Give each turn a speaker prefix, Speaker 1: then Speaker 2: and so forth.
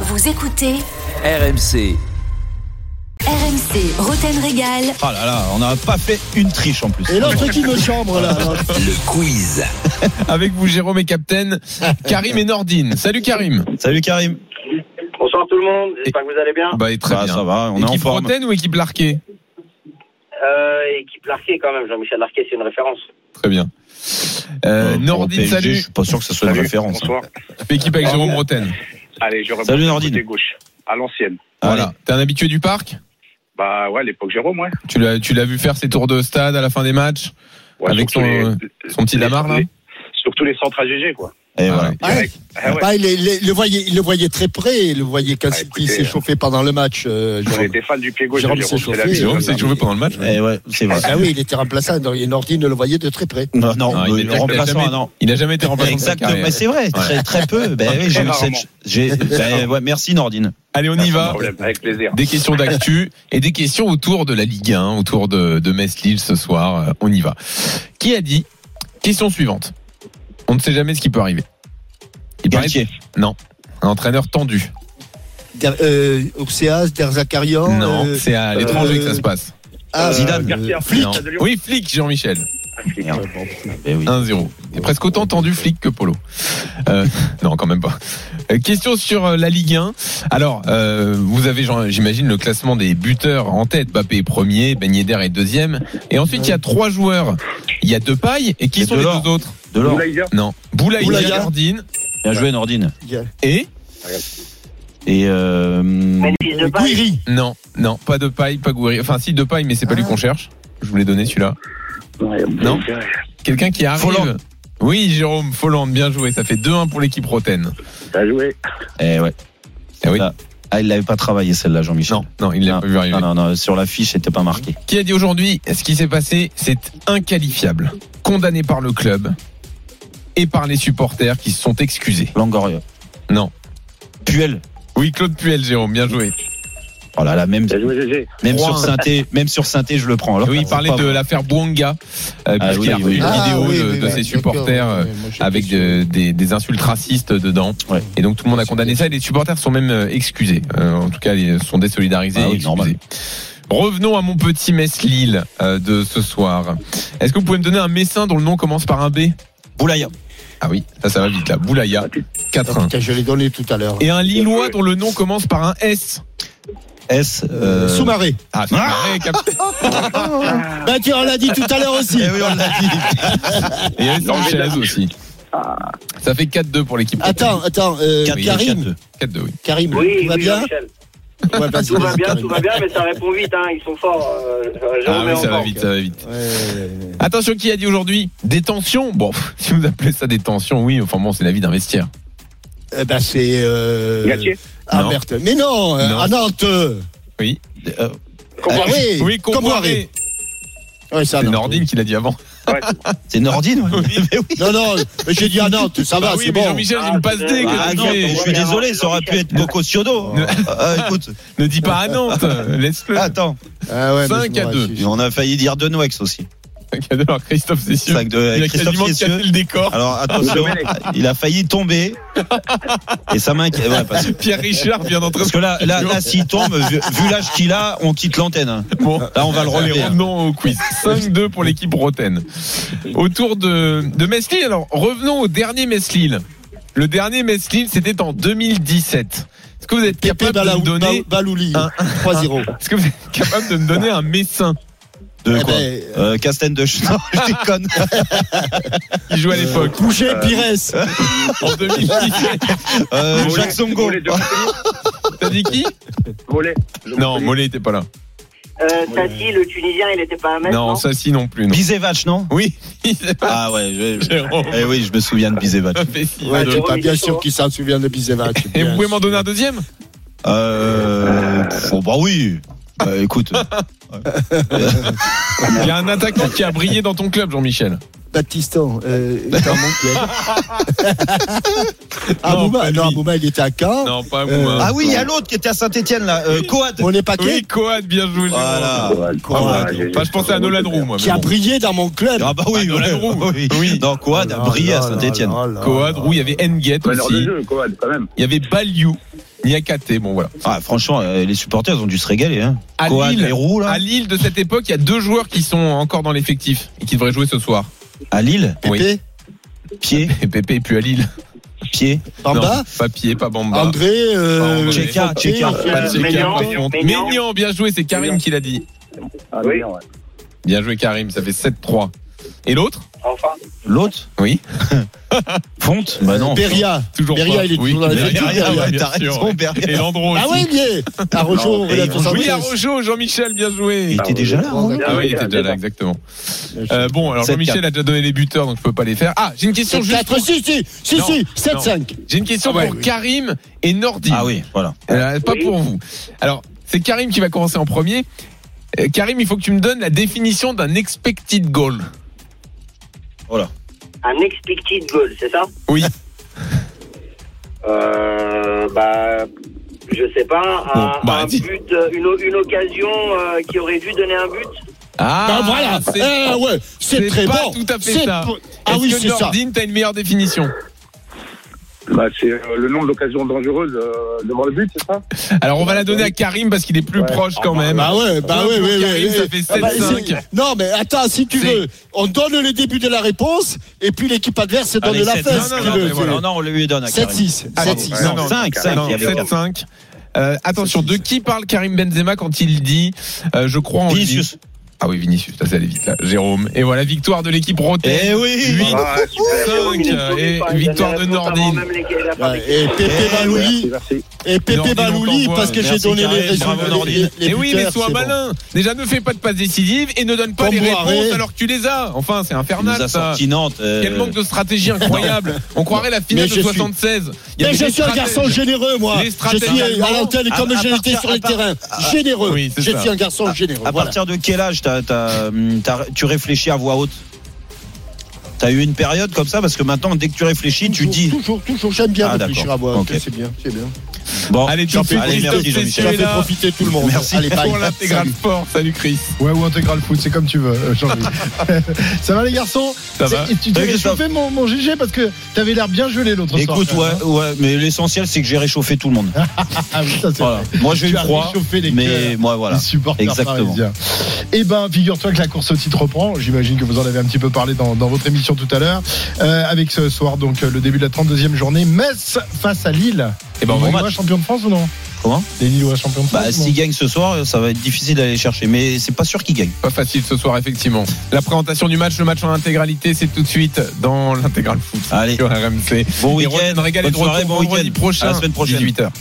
Speaker 1: Vous écoutez
Speaker 2: RMC.
Speaker 1: RMC Roten Régal.
Speaker 3: Ah là là, on n'a pas fait une triche en plus.
Speaker 4: Et l'autre qui me chambre là.
Speaker 2: Le quiz.
Speaker 5: Avec vous, Jérôme et Captain, Karim et Nordine. Salut Karim.
Speaker 3: Salut Karim.
Speaker 6: Bonsoir tout le monde, j'espère que vous allez bien.
Speaker 5: Bah, et très
Speaker 3: Bah,
Speaker 5: bien.
Speaker 3: Ça va, on est en
Speaker 5: équipe
Speaker 3: forme.
Speaker 5: Roten ou équipe Larquet
Speaker 6: Euh, équipe Larquet quand même, Jean-Michel Larquet c'est une référence.
Speaker 5: Très bien. Euh,
Speaker 3: Euh,
Speaker 5: Nordine,
Speaker 3: pour PSG, Je
Speaker 5: salut.
Speaker 3: suis pas sûr que ce soit une
Speaker 7: Salut,
Speaker 5: hein.
Speaker 3: référence.
Speaker 7: Bonsoir.
Speaker 5: Équipe avec
Speaker 4: Ah,
Speaker 5: Jérôme Roten.
Speaker 7: Allez, je remonte
Speaker 3: Salut,
Speaker 7: du
Speaker 3: Nordine.
Speaker 7: côté gauche, à l'ancienne.
Speaker 5: Voilà. T'es un habitué du parc
Speaker 7: Bah ouais, à l'époque Jérôme, ouais.
Speaker 5: Tu l'as, tu l'as vu faire ses tours de stade à la fin des matchs
Speaker 7: Ouais,
Speaker 5: Avec
Speaker 7: surtout
Speaker 5: son, euh, son petit damar, là
Speaker 7: les- Surtout les centres AGG, quoi.
Speaker 3: Allez, et
Speaker 5: Ah
Speaker 3: voilà.
Speaker 5: ouais.
Speaker 4: Ah ouais.
Speaker 7: Direct. Ah ouais,
Speaker 4: Bah, il, est- il est- il le voyait, il le voyait très près, il le voyait quand
Speaker 7: Ah,
Speaker 4: il- il
Speaker 7: écoutez,
Speaker 4: s'est chauffé pendant le match. euh,
Speaker 7: on
Speaker 4: Jérôme.
Speaker 7: était fan du pied gauche
Speaker 4: Jérôme
Speaker 7: de
Speaker 4: s'est
Speaker 7: Jérôme. c'est la
Speaker 4: chauffé,
Speaker 7: vie,
Speaker 4: Jérôme
Speaker 5: Jérôme
Speaker 4: s'est
Speaker 5: s'est
Speaker 7: Jérôme.
Speaker 5: joué pendant le match.
Speaker 3: Eh ouais, c'est vrai.
Speaker 4: Ah oui, il était remplaçant. Nor- et Nordine le voyait de très près.
Speaker 3: Non, non,
Speaker 5: Ah,
Speaker 3: le
Speaker 5: il n'a
Speaker 3: remplaçant,
Speaker 5: jamais,
Speaker 3: non.
Speaker 5: il n'a jamais été remplacé. dans sa
Speaker 3: Exactement,
Speaker 5: carrière.
Speaker 3: mais c'est vrai, très, très peu. Ben oui, j'ai eu
Speaker 7: rarement.
Speaker 3: cette- j'ai- ben ouais, merci Nordine.
Speaker 5: Allez, on y
Speaker 7: Pas de
Speaker 5: va.
Speaker 7: problème, avec plaisir.
Speaker 5: Des questions d'actu et des questions autour de la Ligue 1, autour de, de Metz-Lille ce soir. Euh, On y va. Qui a dit Question suivante. On ne sait jamais ce qui peut arriver. Il paraît
Speaker 3: Galtier.
Speaker 5: un entraîneur tendu.
Speaker 4: Der, euh, Oxéas, Der Zakarian.
Speaker 5: non,
Speaker 4: euh,
Speaker 5: c'est à l'étranger que ça se passe.
Speaker 4: ah,
Speaker 3: Zidane.
Speaker 4: euh,
Speaker 7: Garcia,
Speaker 4: Flick.
Speaker 5: Non.
Speaker 7: Stade de Lyon.
Speaker 5: Oui, flic, Jean-Michel.
Speaker 3: Merde. Ben oui.
Speaker 5: 1-0. C'est presque autant tendu flic que Polo. Euh, non, quand même pas. Euh, Question sur euh, la Ligue 1. Alors, euh, vous avez, j'en- j'imagine, le classement des buteurs en tête. Bappé est premier, Ben Yedder est deuxième. Et ensuite, il y a trois joueurs. Il y a deux pailles. Et qui
Speaker 3: Et
Speaker 5: sont les
Speaker 3: Delors.
Speaker 5: deux autres
Speaker 3: Delors,
Speaker 7: Boulaïder.
Speaker 5: Non. Boulaïdia,
Speaker 4: Boulaïda.
Speaker 5: Jardine
Speaker 3: bien joué Nordine.
Speaker 5: et
Speaker 3: Et euh,
Speaker 6: Memphis de Paris,
Speaker 4: Guiri.
Speaker 5: non, non, pas de paille, pas Gouiri. Enfin, si de paille, mais c'est pas lui
Speaker 4: Ah.
Speaker 5: qu'on cherche. Je voulais donner celui-là. Non. Quelqu'un qui arrive.
Speaker 3: Folland.
Speaker 5: Oui, Jérôme Folland, bien joué. Ça fait 2-1 pour l'équipe Roten.
Speaker 7: T'as joué.
Speaker 3: eh ouais.
Speaker 5: Eh oui.
Speaker 3: Ah, ah, il l'avait pas travaillé celle-là, Jean-Michel.
Speaker 5: Non, Eh non, il l'a
Speaker 3: Non,
Speaker 5: pas vu arriver.
Speaker 3: non, non, non, sur la fiche, c'était pas marqué.
Speaker 5: Qui a dit aujourd'hui ce qui s'est passé, c'est inqualifiable, condamné par le club et par les supporters qui se sont excusés.
Speaker 3: Longoria.
Speaker 5: Non.
Speaker 3: Puel.
Speaker 5: Oui, Claude Puel, Jérôme, bien joué.
Speaker 3: Voilà, la même,
Speaker 6: Euh,
Speaker 7: T'as joué GG.
Speaker 3: même
Speaker 5: Trois,
Speaker 3: sur
Speaker 5: hein.
Speaker 3: synthé, même sur synthé, je le prends. Alors,
Speaker 5: Eh Oui, il
Speaker 3: c'est
Speaker 5: parlait
Speaker 3: pas
Speaker 5: de
Speaker 3: vrai.
Speaker 5: l'affaire Bouanga, euh,
Speaker 3: Ah
Speaker 5: puisqu'il y a
Speaker 3: oui,
Speaker 5: une
Speaker 3: oui,
Speaker 5: vidéo
Speaker 3: oui.
Speaker 4: Ah, oui,
Speaker 5: de,
Speaker 4: oui,
Speaker 5: de
Speaker 4: oui,
Speaker 5: ses
Speaker 4: d'accord,
Speaker 5: supporters euh,
Speaker 4: ouais, moi, j'étais
Speaker 5: avec
Speaker 4: sûr.
Speaker 5: de- des, des insultes racistes dedans.
Speaker 3: Ouais.
Speaker 5: Et donc tout le monde a condamné ça et les supporters sont même euh, excusés. Euh, en tout cas, ils sont désolidarisés.
Speaker 3: Ah
Speaker 5: et
Speaker 3: oui,
Speaker 5: excusés.
Speaker 3: normal.
Speaker 5: Revenons à mon petit Metz-Lille euh, de ce soir. Est-ce que vous pouvez me donner un Messin dont le nom commence par un B
Speaker 3: Boulaya.
Speaker 5: Ah oui, ça, ça va vite là. Boulaya,
Speaker 4: Ah,
Speaker 5: 4-1.
Speaker 4: putain, je l'ai donné tout à l'heure.
Speaker 5: Et un Lillois dont le nom commence par un S.
Speaker 3: S.
Speaker 4: Euh,
Speaker 3: Euh...
Speaker 4: Soumaré.
Speaker 5: Ah, c'est vrai, cap-
Speaker 4: Bah tiens, on l'a dit tout à l'heure aussi.
Speaker 3: Eh oui, on l'a dit.
Speaker 5: Et S, Michel Azou aussi.
Speaker 4: Ah.
Speaker 5: Ça fait 4-2 pour l'équipe.
Speaker 4: Attends, attends, euh,
Speaker 5: Quatre-
Speaker 4: Karim,
Speaker 5: 4-2, oui.
Speaker 4: Karim,
Speaker 6: Oui,
Speaker 4: tout va
Speaker 6: oui,
Speaker 4: bien
Speaker 6: Jean-Michel.
Speaker 4: Ouais, vas-y,
Speaker 6: Tout va
Speaker 4: vas-y,
Speaker 6: bien,
Speaker 4: Karim.
Speaker 6: tout va bien, mais ça répond vite, hein. ils sont forts. euh,
Speaker 5: Ah
Speaker 6: Jérôme est
Speaker 5: oui, ça
Speaker 6: en
Speaker 5: va
Speaker 6: forme.
Speaker 5: vite, ça va vite.
Speaker 4: Ouais, ouais, ouais.
Speaker 5: Attention, qui a dit aujourd'hui Des tensions Bon, pff, si vous appelez ça des tensions, oui, enfin bon, c'est la vie d'un vestiaire.
Speaker 4: Eh ben c'est euh,
Speaker 7: Galtier.
Speaker 4: Ah
Speaker 5: Non.
Speaker 4: merde. Mais non, euh,
Speaker 5: Non.
Speaker 4: à Nantes. euh,
Speaker 3: Euh,
Speaker 4: Ah
Speaker 7: Comparé.
Speaker 4: oui,
Speaker 5: Oui, comparé.
Speaker 4: Comboiré. Ouais, c'est à
Speaker 5: C'est
Speaker 4: Nantes,
Speaker 5: Nordine qui l'a dit avant.
Speaker 3: C'est Nordine ouais. Mais oui.
Speaker 4: oui. Non, non, mais j'ai dit à Nantes, ça
Speaker 5: Bah
Speaker 4: va,
Speaker 5: oui,
Speaker 4: c'est
Speaker 5: mais
Speaker 4: bon.
Speaker 5: Jean-Michel,
Speaker 6: Ah,
Speaker 5: il me passe
Speaker 6: c'est
Speaker 5: dé.
Speaker 6: vrai.
Speaker 3: Ah
Speaker 5: qu'est-ce que
Speaker 3: non,
Speaker 5: tu fais
Speaker 3: je suis désolé, ça aurait pu être Boko Siodo.
Speaker 4: Oh.
Speaker 3: Euh, écoute,
Speaker 5: Ne dis pas à Nantes, euh, laisse-le.
Speaker 3: attends,
Speaker 4: Ah ouais, mais
Speaker 5: Cinq
Speaker 4: je me
Speaker 5: à deux.
Speaker 4: rassure.
Speaker 3: on a failli dire De Noex aussi.
Speaker 5: Alors, Christophe Cessieux,
Speaker 3: 5 de
Speaker 5: il a
Speaker 3: avec Christophe
Speaker 5: quasiment cassé
Speaker 3: Cessieux.
Speaker 5: le décor.
Speaker 3: Alors attention, euh, il a failli tomber. Et ça m'inquiète. ouais, parce,
Speaker 5: Pierre Richard vient d'entrer.
Speaker 3: parce que là, là, là s'il tombe, vu, vu l'âge qu'il a, on quitte l'antenne. hein.
Speaker 5: Bon,
Speaker 3: Là, on va le
Speaker 5: Allez,
Speaker 3: relever. hein.
Speaker 5: revenons au quiz. 5-2 pour l'équipe Roten. Autour de, de Metz-Lille, alors revenons au dernier Metz-Lille. Le dernier Metz-Lille, c'était en 2017. Est-ce que vous êtes
Speaker 4: Pépé
Speaker 5: capable de
Speaker 4: Balaou-
Speaker 5: me donner,
Speaker 4: Ba- Balouli, Eh ben,
Speaker 5: un-
Speaker 4: 3-0.
Speaker 5: est-ce que vous êtes capable de me donner un Messin
Speaker 3: De
Speaker 4: Eh
Speaker 3: quoi
Speaker 4: ben,
Speaker 3: euh, Castagne de Ch- Non, je déconne.
Speaker 5: qui
Speaker 4: Euh.
Speaker 5: joue à l'époque
Speaker 4: Boucher,
Speaker 6: Euh,
Speaker 4: Pires,
Speaker 5: en 2017
Speaker 3: Euh,
Speaker 7: Mollet.
Speaker 3: Jacques Songo.
Speaker 7: Mollet de Montpellier.
Speaker 5: T'as dit qui
Speaker 7: Mollet. Je
Speaker 5: Non,
Speaker 7: Montpellier.
Speaker 5: Mollet était pas là.
Speaker 6: Euh, Tati, le Tunisien, il n'était pas à Metz, non,
Speaker 5: Non, ça si non plus. Non.
Speaker 3: Bizevac, non
Speaker 5: Oui, c'est pas
Speaker 3: Ah ouais, je-
Speaker 5: Jérôme.
Speaker 3: eh oui, je me souviens de Bizevac.
Speaker 5: Ça fait six,
Speaker 4: Ouais,
Speaker 5: deux.
Speaker 4: t'es pas
Speaker 6: Jérôme, il
Speaker 4: bien
Speaker 6: est
Speaker 4: sûr
Speaker 6: chaud.
Speaker 4: qu'il s'en souvient de Bizevac.
Speaker 5: Et vous
Speaker 4: bien
Speaker 5: pouvez m'en
Speaker 4: sûr.
Speaker 5: donner un deuxième
Speaker 3: Euh, bon, bah oui. Bah, écoute,
Speaker 5: Il y a un attaquant qui a brillé dans ton club, Jean-Michel.
Speaker 4: Baptistan, euh, il était à Montpellier. Ah,
Speaker 5: Non,
Speaker 4: Bouma,
Speaker 5: pas
Speaker 4: non,
Speaker 5: lui.
Speaker 4: Bouma, il était à Caen.
Speaker 5: Non, pas
Speaker 4: Euh,
Speaker 5: vous. hein.
Speaker 3: Ah oui, il y a l'autre qui était à Saint-Etienne là, euh, Coad.
Speaker 4: On est paquet.
Speaker 5: Oui, Coad, bien joué. Jérôme.
Speaker 3: Voilà.
Speaker 4: Coad,
Speaker 5: Ah, Enfin, je pensais à Nolan Roux, moi. Ah, mais
Speaker 4: Qui a
Speaker 5: bon.
Speaker 4: brillé dans mon club.
Speaker 3: Ah bah oui,
Speaker 5: Nolan
Speaker 3: ouais,
Speaker 5: Roux.
Speaker 3: oui.
Speaker 5: Oui.
Speaker 3: Non, Coad
Speaker 4: Ah,
Speaker 3: a brillé à Saint-Etienne.
Speaker 5: Coad, Roux, il y avait Enguet
Speaker 7: Valeur de
Speaker 5: aussi.
Speaker 7: jeu, Coad, quand même.
Speaker 5: Il y avait Baliou. Niakaté, bon voilà.
Speaker 3: Ah, franchement, euh, les supporters ils ont dû se régaler. Hein.
Speaker 5: À
Speaker 3: Coad,
Speaker 5: Lille.
Speaker 3: Giroud, là.
Speaker 5: À Lille de cette époque, il y a deux joueurs qui sont encore dans l'effectif et qui devraient jouer ce soir.
Speaker 3: À Lille,
Speaker 5: Oui.
Speaker 4: Pépé,
Speaker 3: pied,
Speaker 5: Et Pépé est plus à Lille.
Speaker 3: pied.
Speaker 4: Bamba,
Speaker 5: Non, pas Pied, pas Bamba.
Speaker 4: André,
Speaker 5: Pas
Speaker 4: euh,
Speaker 5: André.
Speaker 3: Tcheka,
Speaker 4: Fontier,
Speaker 3: Tcheka.
Speaker 4: Fontier.
Speaker 5: Pas de Seca,
Speaker 6: Maignan,
Speaker 5: par contre.
Speaker 6: Maignan.
Speaker 5: Maignan, bien joué, c'est Karim qui l'a dit.
Speaker 7: Ah,
Speaker 6: Oui.
Speaker 7: bien, ouais.
Speaker 5: Bien joué Karim, ça fait 7-3. Et l'autre
Speaker 6: Enfin,
Speaker 3: L'autre
Speaker 5: Oui.
Speaker 3: Fonte Bah non.
Speaker 4: Beria.
Speaker 5: Toujours
Speaker 4: Beria,
Speaker 5: pas.
Speaker 4: il est
Speaker 5: Oui,
Speaker 4: toujours dans les
Speaker 5: Beria,
Speaker 4: effectifs, Beria,
Speaker 5: bien
Speaker 3: t'as
Speaker 5: sûr,
Speaker 3: raison,
Speaker 5: ouais.
Speaker 3: Beria.
Speaker 5: Et Landreau aussi.
Speaker 4: Ah oui, il y est. À Rochon,
Speaker 3: Non, et
Speaker 4: Renato
Speaker 3: ils vont
Speaker 5: oui,
Speaker 4: Sanchez.
Speaker 5: à Rojo, Jean-Michel, bien joué.
Speaker 3: Il était déjà là. hein.
Speaker 7: Ah
Speaker 5: Ah oui, il
Speaker 7: oui,
Speaker 5: était déjà là,
Speaker 7: d'accord.
Speaker 5: exactement. Euh, bon, alors
Speaker 3: Sept,
Speaker 5: Jean-Michel a déjà donné les buteurs, donc je peux pas les faire. Ah, j'ai une question juste.
Speaker 4: 4, si, si, si,
Speaker 5: Non,
Speaker 4: si,
Speaker 5: non.
Speaker 4: 7-5.
Speaker 5: J'ai une question
Speaker 4: Ah ouais,
Speaker 5: pour
Speaker 4: oui.
Speaker 5: Karim et Nordi.
Speaker 3: Ah oui, voilà.
Speaker 5: Euh, pas
Speaker 6: Oui.
Speaker 5: pour vous. Alors, c'est Karim qui va commencer en premier. Euh, Karim, il faut que tu me donnes la définition d'un expected goal.
Speaker 6: un expected goal, c'est ça
Speaker 5: Oui.
Speaker 6: Euh, bah, je sais pas, un,
Speaker 5: Bon, bah,
Speaker 6: un
Speaker 5: dis.
Speaker 6: but, euh, une, o- une occasion euh, qui aurait dû donner un but.
Speaker 5: Ah,
Speaker 4: Ah, voilà.
Speaker 5: c'est-
Speaker 4: Ah, ouais, c'est
Speaker 5: c'est
Speaker 4: très
Speaker 5: pas
Speaker 4: bon.
Speaker 5: tout à fait
Speaker 4: C'est
Speaker 5: ça.
Speaker 4: bon. Ah oui,
Speaker 5: Est-ce que
Speaker 4: c'est ça.
Speaker 5: Nordine, t'as une meilleure définition
Speaker 7: Bah, c'est euh, le nom de l'occasion dangereuse euh, devant le but, c'est ça
Speaker 5: Alors, on va la donner à Karim parce qu'il est plus
Speaker 7: Ouais.
Speaker 5: proche quand même.
Speaker 4: Bah ouais, bah
Speaker 5: Pour
Speaker 4: ouais, ouais,
Speaker 5: Karim,
Speaker 4: ouais,
Speaker 5: euh, ça
Speaker 4: ouais.
Speaker 5: fait
Speaker 4: Ah bah,
Speaker 5: 7-5.
Speaker 4: c'est- Non, mais attends, si tu
Speaker 5: C'est-
Speaker 4: veux, on donne le début de la réponse, et puis l'équipe adverse se donne
Speaker 3: Allez,
Speaker 4: la
Speaker 3: sept.
Speaker 4: fesse.
Speaker 5: Non, non,
Speaker 4: si
Speaker 5: non,
Speaker 4: tu veux.
Speaker 5: mais voilà,
Speaker 3: Non, non, on lui donne à Karim.
Speaker 4: 7-6.
Speaker 5: Ah,
Speaker 4: 7-6.
Speaker 5: non, non,
Speaker 3: 5, 5,
Speaker 5: non,
Speaker 3: il y avait
Speaker 5: 7-5. Euh, attention, de qui parle Karim Benzema quand il dit euh, Je crois en lui
Speaker 3: Vinicius.
Speaker 5: Ah oui, Vinicius, ça, ça allait vite là. Jérôme. Et voilà, victoire de l'équipe Roté.
Speaker 3: Eh oui
Speaker 5: Huit.
Speaker 7: Ah, super.
Speaker 5: Cinq,
Speaker 6: Il est sauvé
Speaker 5: et
Speaker 6: Euh, par- il a
Speaker 5: victoire
Speaker 6: la
Speaker 5: de
Speaker 6: faute avant
Speaker 5: Nordine.
Speaker 6: même les- la part
Speaker 4: Ouais,
Speaker 6: des-
Speaker 4: Et Pépé
Speaker 7: Merci,
Speaker 4: Balouli,
Speaker 7: merci.
Speaker 4: et Pépé
Speaker 5: Nordine,
Speaker 4: Balouli,
Speaker 5: on t'envoie.
Speaker 4: parce que j'ai
Speaker 3: Merci,
Speaker 4: donné les
Speaker 3: Karim.
Speaker 4: résultats.
Speaker 3: Bravo,
Speaker 4: les-
Speaker 3: Nordine.
Speaker 4: les
Speaker 5: Eh oui, mais
Speaker 4: buteurs,
Speaker 5: sois
Speaker 4: c'est bon.
Speaker 5: malin. Déjà, ne fais pas de passes décisives et ne donne pas
Speaker 4: Comme
Speaker 5: les
Speaker 4: Boiré.
Speaker 5: réponses alors que tu les as. Enfin, c'est
Speaker 3: Il nous
Speaker 5: infernal
Speaker 3: a
Speaker 5: ça.
Speaker 3: sorti Nantes. euh,
Speaker 5: Quel manque de stratégie incroyable. On croirait la finale
Speaker 4: Mais je
Speaker 5: de
Speaker 4: suis-
Speaker 5: 76. Il y
Speaker 4: Mais
Speaker 5: avait
Speaker 4: je
Speaker 5: des
Speaker 4: suis un garçon
Speaker 5: stratèges.
Speaker 4: généreux, moi.
Speaker 5: Les
Speaker 4: Je
Speaker 5: stratèges
Speaker 4: suis à
Speaker 5: allemands.
Speaker 4: l'antenne
Speaker 3: À-
Speaker 4: comme
Speaker 3: à
Speaker 4: j'ai été
Speaker 3: partir-
Speaker 4: sur le
Speaker 3: à part-
Speaker 4: terrain.
Speaker 3: à-
Speaker 4: Généreux.
Speaker 5: Oui, c'est
Speaker 4: je
Speaker 5: ça.
Speaker 4: suis un garçon généreux.
Speaker 3: À
Speaker 4: voilà.
Speaker 3: partir de quel âge t'as- t'as- hum, t'as- tu réfléchis à voix haute T'as eu une période comme ça Parce que maintenant, dès que tu réfléchis, tu
Speaker 4: Toujours,
Speaker 3: dis.
Speaker 4: Toujours, toujours, j'aime bien
Speaker 3: Ah,
Speaker 4: réfléchir à moi.
Speaker 3: d'accord. Ok.
Speaker 4: C'est bien, c'est bien.
Speaker 3: Bon,
Speaker 5: Allez, tout de suite,
Speaker 3: allez, merci,
Speaker 5: Christophe
Speaker 3: Jean-Michel.
Speaker 4: Ça
Speaker 5: Et
Speaker 4: fait
Speaker 5: là-
Speaker 4: profiter tout le monde.
Speaker 3: Merci.
Speaker 4: Allez, bye.
Speaker 5: Pour l'intégral sport. Salut Chris.
Speaker 8: Ouais, ou intégral foot, c'est comme tu veux, euh, Jean-Louis. ça va les garçons
Speaker 5: Ça
Speaker 8: C'est-
Speaker 5: va
Speaker 8: et Tu,
Speaker 3: Salut,
Speaker 8: tu tu
Speaker 3: Christophe.
Speaker 8: fais mon, mon GG parce que t'avais l'air bien gelé l'autre soir.
Speaker 3: Écoute, ouais, ouais, mais l'essentiel, c'est que j'ai réchauffé tout le monde.
Speaker 8: Ah oui, ça c'est
Speaker 3: Voilà.
Speaker 8: vrai.
Speaker 3: Moi, j'ai eu
Speaker 8: Tu as
Speaker 3: froid,
Speaker 8: réchauffé les
Speaker 3: mais
Speaker 8: cœurs.
Speaker 3: moi, voilà.
Speaker 8: Les supporters
Speaker 3: Exactement.
Speaker 8: parisiens. Eh ben, figure-toi que la course au titre reprend. J'imagine que vous en avez un petit peu parlé dans, dans votre émission tout à l'heure. Euh, avec ce soir, donc, euh, le début de la 32e journée, Metz face à Lille.
Speaker 5: Et ben, on
Speaker 8: Les
Speaker 5: va
Speaker 8: Lillois champions de France ou non
Speaker 3: Comment
Speaker 8: Les Lillois champions de France
Speaker 3: Bah,
Speaker 8: ou non
Speaker 3: s'il gagne ce soir, ça va être difficile d'aller chercher, mais c'est pas sûr qu'il gagne.
Speaker 5: Pas facile ce soir, effectivement. La présentation du match, le match en intégralité, c'est tout de suite dans l'intégral foot
Speaker 3: Allez,
Speaker 5: sur RMC.
Speaker 3: bon
Speaker 5: Et
Speaker 3: week-end.
Speaker 5: Roten Régal est
Speaker 3: bonne
Speaker 5: de retour
Speaker 3: soirée, bon
Speaker 5: vendredi
Speaker 3: week-end.
Speaker 5: prochain,
Speaker 3: À la semaine prochaine.
Speaker 5: 18h.